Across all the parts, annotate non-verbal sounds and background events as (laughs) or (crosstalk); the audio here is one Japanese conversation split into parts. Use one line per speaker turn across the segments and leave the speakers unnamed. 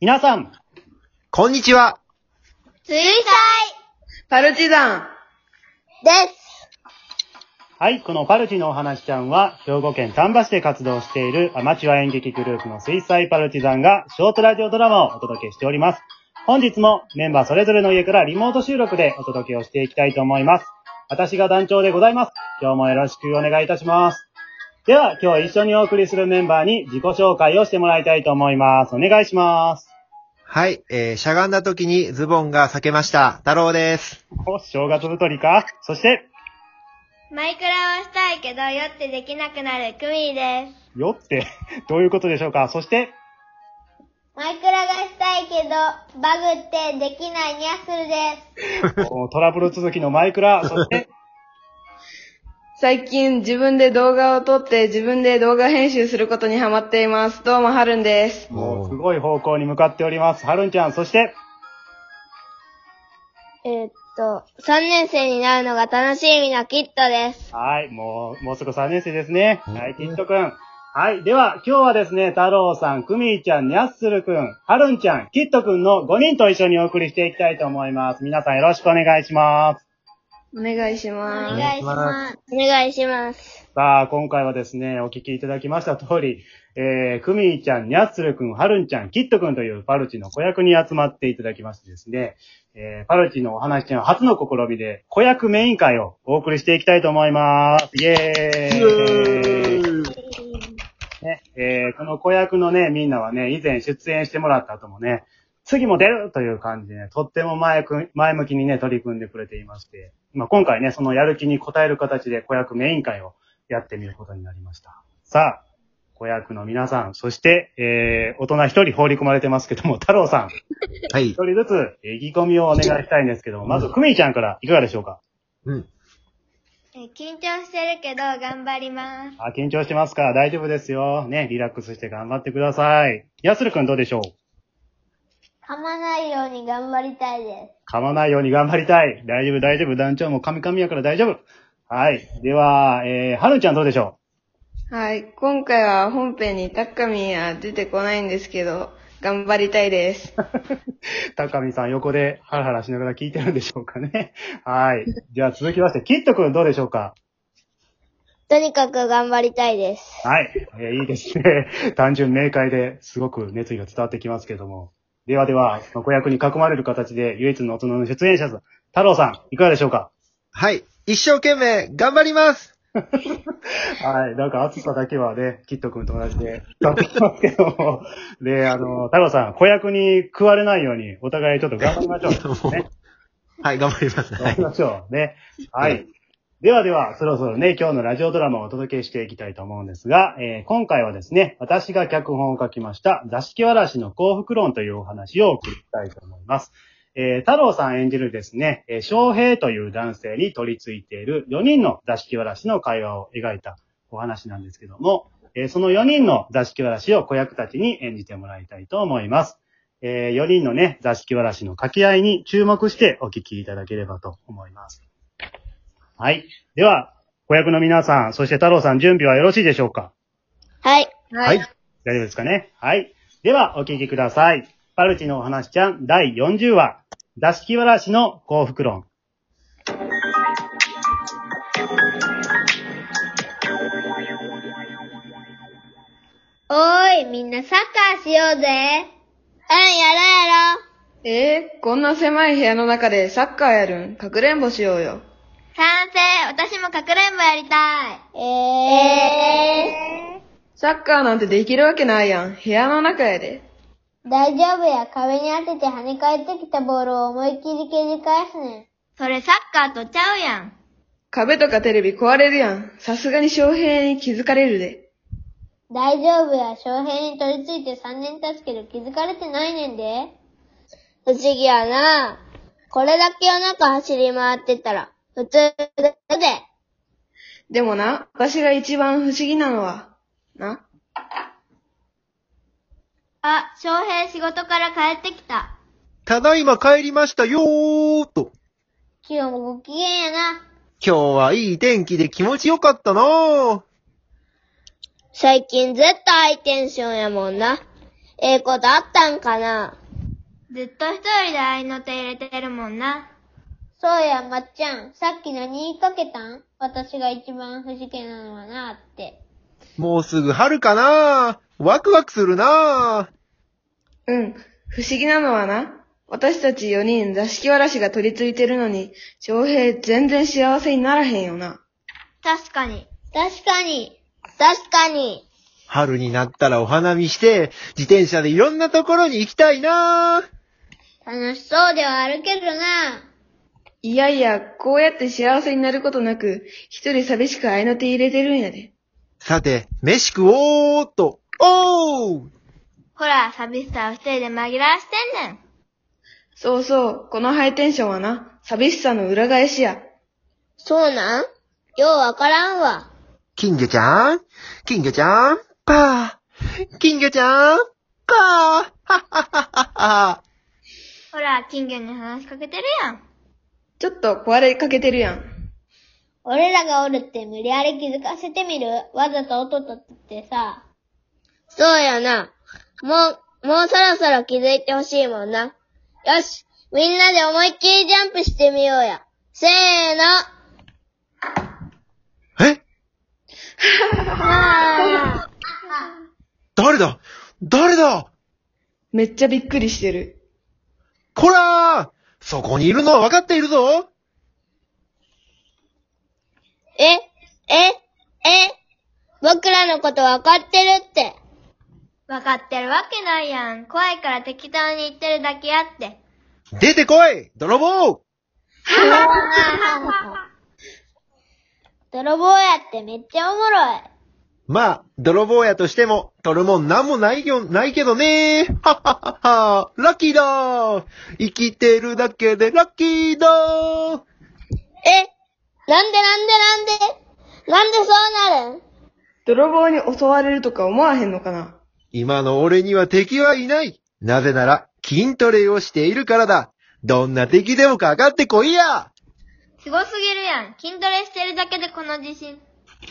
皆さん、
こんにちは。
水彩
パルチザン。
です。
はい、このパルチのお話ちゃんは、兵庫県丹波市で活動しているアマチュア演劇グループの水彩パルチザンが、ショートラジオドラマをお届けしております。本日もメンバーそれぞれの家からリモート収録でお届けをしていきたいと思います。私が団長でございます。今日もよろしくお願いいたします。では、今日一緒にお送りするメンバーに自己紹介をしてもらいたいと思います。お願いします。
はい、えー、しゃがんだ時にズボンが裂けました。太郎です。
お、正月太りか。そして、
マイクラをしたいけど、酔ってできなくなるクミーです。
よって、どういうことでしょうか。そして、
マイクラがしたいけど、バグってできないニャッスルです。
おトラブル続きのマイク (laughs) ラ、そして、
最近自分で動画を撮って自分で動画編集することにハマっています。どうも、はるんです。
もうすごい方向に向かっております。はるんちゃん、そして、
えっと、3年生になるのが楽しみなキットです。
はい、もう、もうすぐ3年生ですね。はい、きっとくん。はい、では、今日はですね、太郎さん、くみーちゃん、にゃっするくん、はるんちゃん、きっとくんの5人と一緒にお送りしていきたいと思います。皆さんよろしくお願いします。
お願いし
お
ま
願いします。お願いします。
さあ、今回はですね、お聞きいただきました通り、えー、くみーちゃん、にゃっするくん、はるんちゃん、きっとくんというパルチの子役に集まっていただきましてですね、えー、パルチのお話ちゃん初の試みで、子役メイン会をお送りしていきたいと思います。イエーイね、えーこの子役のね、みんなはね、以前出演してもらった後もね、次も出るという感じでね、とっても前く前向きにね、取り組んでくれていまして、まあ、今回ね、そのやる気に応える形で子役メイン会をやってみることになりました。さあ、子役の皆さん、そして、えー大人一人放り込まれてますけども、太郎さん、
はい
一。人ずつえー意気込みをお願いしたいんですけども、まず、くみちゃんからいかがでしょうか
うん。
緊張してるけど、頑張ります。
あ、緊張してますか大丈夫ですよ。ね、リラックスして頑張ってください。やするくんどうでしょう
噛まないように頑張りたいで
噛まないように頑張りたい。大丈夫、大丈夫。団長も噛み噛みやから大丈夫。はい。では、えー、はるちゃんどうでしょ
す。はい。今回は本編にタッカミンは出てこないんですけど、頑張りたいです。
う高見さん横でハラハラしながら聞いてるんでしょうかね。はい。じゃあ続きまして、キットくんどうでしょうか
す。とにかく頑張りたいです。
はい。えーいいですね。単純明快ですごく熱意が伝わってきますけども。ではでは、子役に囲まれる形で唯一の大人の出演者さん、太郎さん、いかがでしょうか
はい。一生懸命頑張ります
はい。なんか暑さだけはね、キット君と同じで、頑張ってますけども。で、あの、太郎さん、子役に食われないように、お互いちょっと頑張りましょ
(laughs)
う。ね。
はい、頑張ります。は
頑張
い
り。ましょう。ね。はい。ではでは、そろそろね、今日のラジオドラマをお届けしていきたいと思うんですが、えー今回はですね、私が脚本を書きました、座敷わらしの幸福論というお話を送りたいと思います。えー太郎さん演じるですね、えー翔平という男性に取り付いている4人の座敷わらしの会話を描いたお話なんですけども、えーその4人の座敷わらしを子役たちに演じてもらいたいと思います。え4人のね、座敷わらしの掛け合いに注目してお聞きいただければと思います。はい。では、子役の皆さん、そして太郎さん、準備はよろしいでしょうか
はい。
は
大
い。
丈夫ですかねはい。では、お聞きください。パルチのお話ちゃん第40話、座敷わらしの幸福論。
おーい、みんなサッカーしようぜ。うん、やろうやろう。
えー、こんな狭い部屋の中でサッカーやるんかくれんぼしようよ。
賛成私もかくれんぼやりたいえー、え
サッカーなんてできるわけないやん。部屋の中やで。
大丈夫や、壁に当てて跳ね返ってきたボールを思いっきり蹴り返すねん。それサッカーとちゃうやん。
壁とかテレビ壊れるやん。さすがに翔平に気づかれるで。
大丈夫や、翔平に取り付いて3年経つけど気づかれてないねんで。不思議やなこれだけ夜中走り回ってたら、普通だぜ。
でもな、私が一番不思議なのは、な。
あ、翔平仕事から帰ってきた。
ただいま帰りましたよーと。
今日もご機嫌やな。
今日はいい天気で気持ちよかったなー
最近ずっとハイテンションやもんな。ええことあったんかな
ずっと一人で合いの手入れてるもんな。
そうや、まっちゃん。さっき何言いかけたん私が一番不思議なのはなって。
もうすぐ春かなワクワクするな
うん。不思議なのはな、私たち4人座敷わらしが取り付いてるのに、翔平全然幸せにならへんよな。
確かに。
確かに。確かに。
春になったらお花見して、自転車でいろんなところに行きたいな
楽しそうではあるけどな。
いやいや、こうやって幸せになることなく、一人寂しく合いの手入れてるんやで。
さて、飯食おうっと、おう
ほら、寂しさを一人で紛らわしてんねん。
そうそう、このハイテンションはな、寂しさの裏返しや。
そうなんようわからんわ。
金魚ちゃん金魚ちゃんパー金魚ちゃんパーはっはっはっはっは
ほら、金魚に話しかけてるやん。
ちょっと壊れかけてるやん。
俺らがおるって無理やり気づかせてみるわざと音取ってさ。そうやな。もう、もうそろそろ気づいてほしいもんな。よし、みんなで思いっきりジャンプしてみようや。せーの。
え
あ
誰だ誰だ
めっちゃびっくりしてる。
こらーそこにいるのは分かっているぞ
ーえ、え、え、僕らのことわかってるって。
わかってるわけないやん。怖いから適当に言ってるだけやって。
出てこい泥棒
泥棒やってめっちゃおもろい。
まあ、泥棒やとしても、取るもんなんもないよ、ないけどねはっはっはラッキーだ生きてるだけでラッキーだ
え、なんでなんでなんでなんでそうなるん
泥棒に襲われるとか思わへんのかな
今の俺には敵はいないなぜなら、筋トレをしているからだどんな敵でもかかってこいや
凄すぎるやん。筋トレしてるだけでこの自信。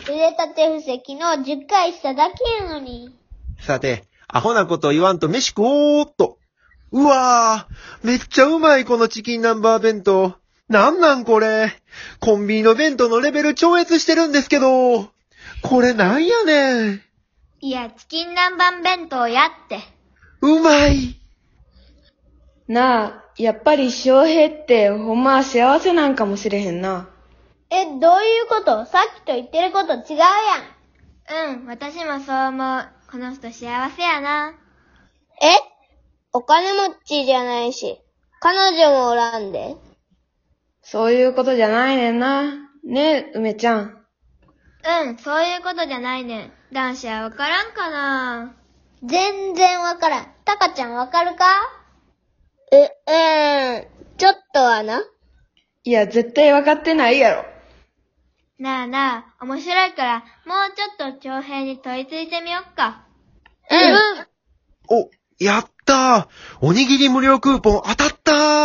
入れたて伏せ昨日10回しただけやのに。
さて、アホなこと言わんと飯食おうっと。うわぁ、めっちゃうまいこのチキンナンバー弁当。なんなんこれ。コンビニの弁当のレベル超越してるんですけど。これなんやねん。
いや、チキン南蛮弁当やって。
うまい。
なあ、やっぱり翔平ってほんまは幸せなんかもしれへんな。
え、どういうことさっきと言ってること違うやん。
うん、私もそう思う。この人幸せやな。
えお金持ちじゃないし、彼女もおらんで。
そういうことじゃないねんな。ねえ、梅ちゃん。
うん、そういうことじゃないねん。男子はわからんかな。
全然わからん。たかちゃんわかるかえ、えーん、ちょっとはな。
いや、絶対分かってないやろ。
なあなあ、面白いから、もうちょっと長平に問いついてみよっか。
うん。
お、やったー。おにぎり無料クーポン当たったー。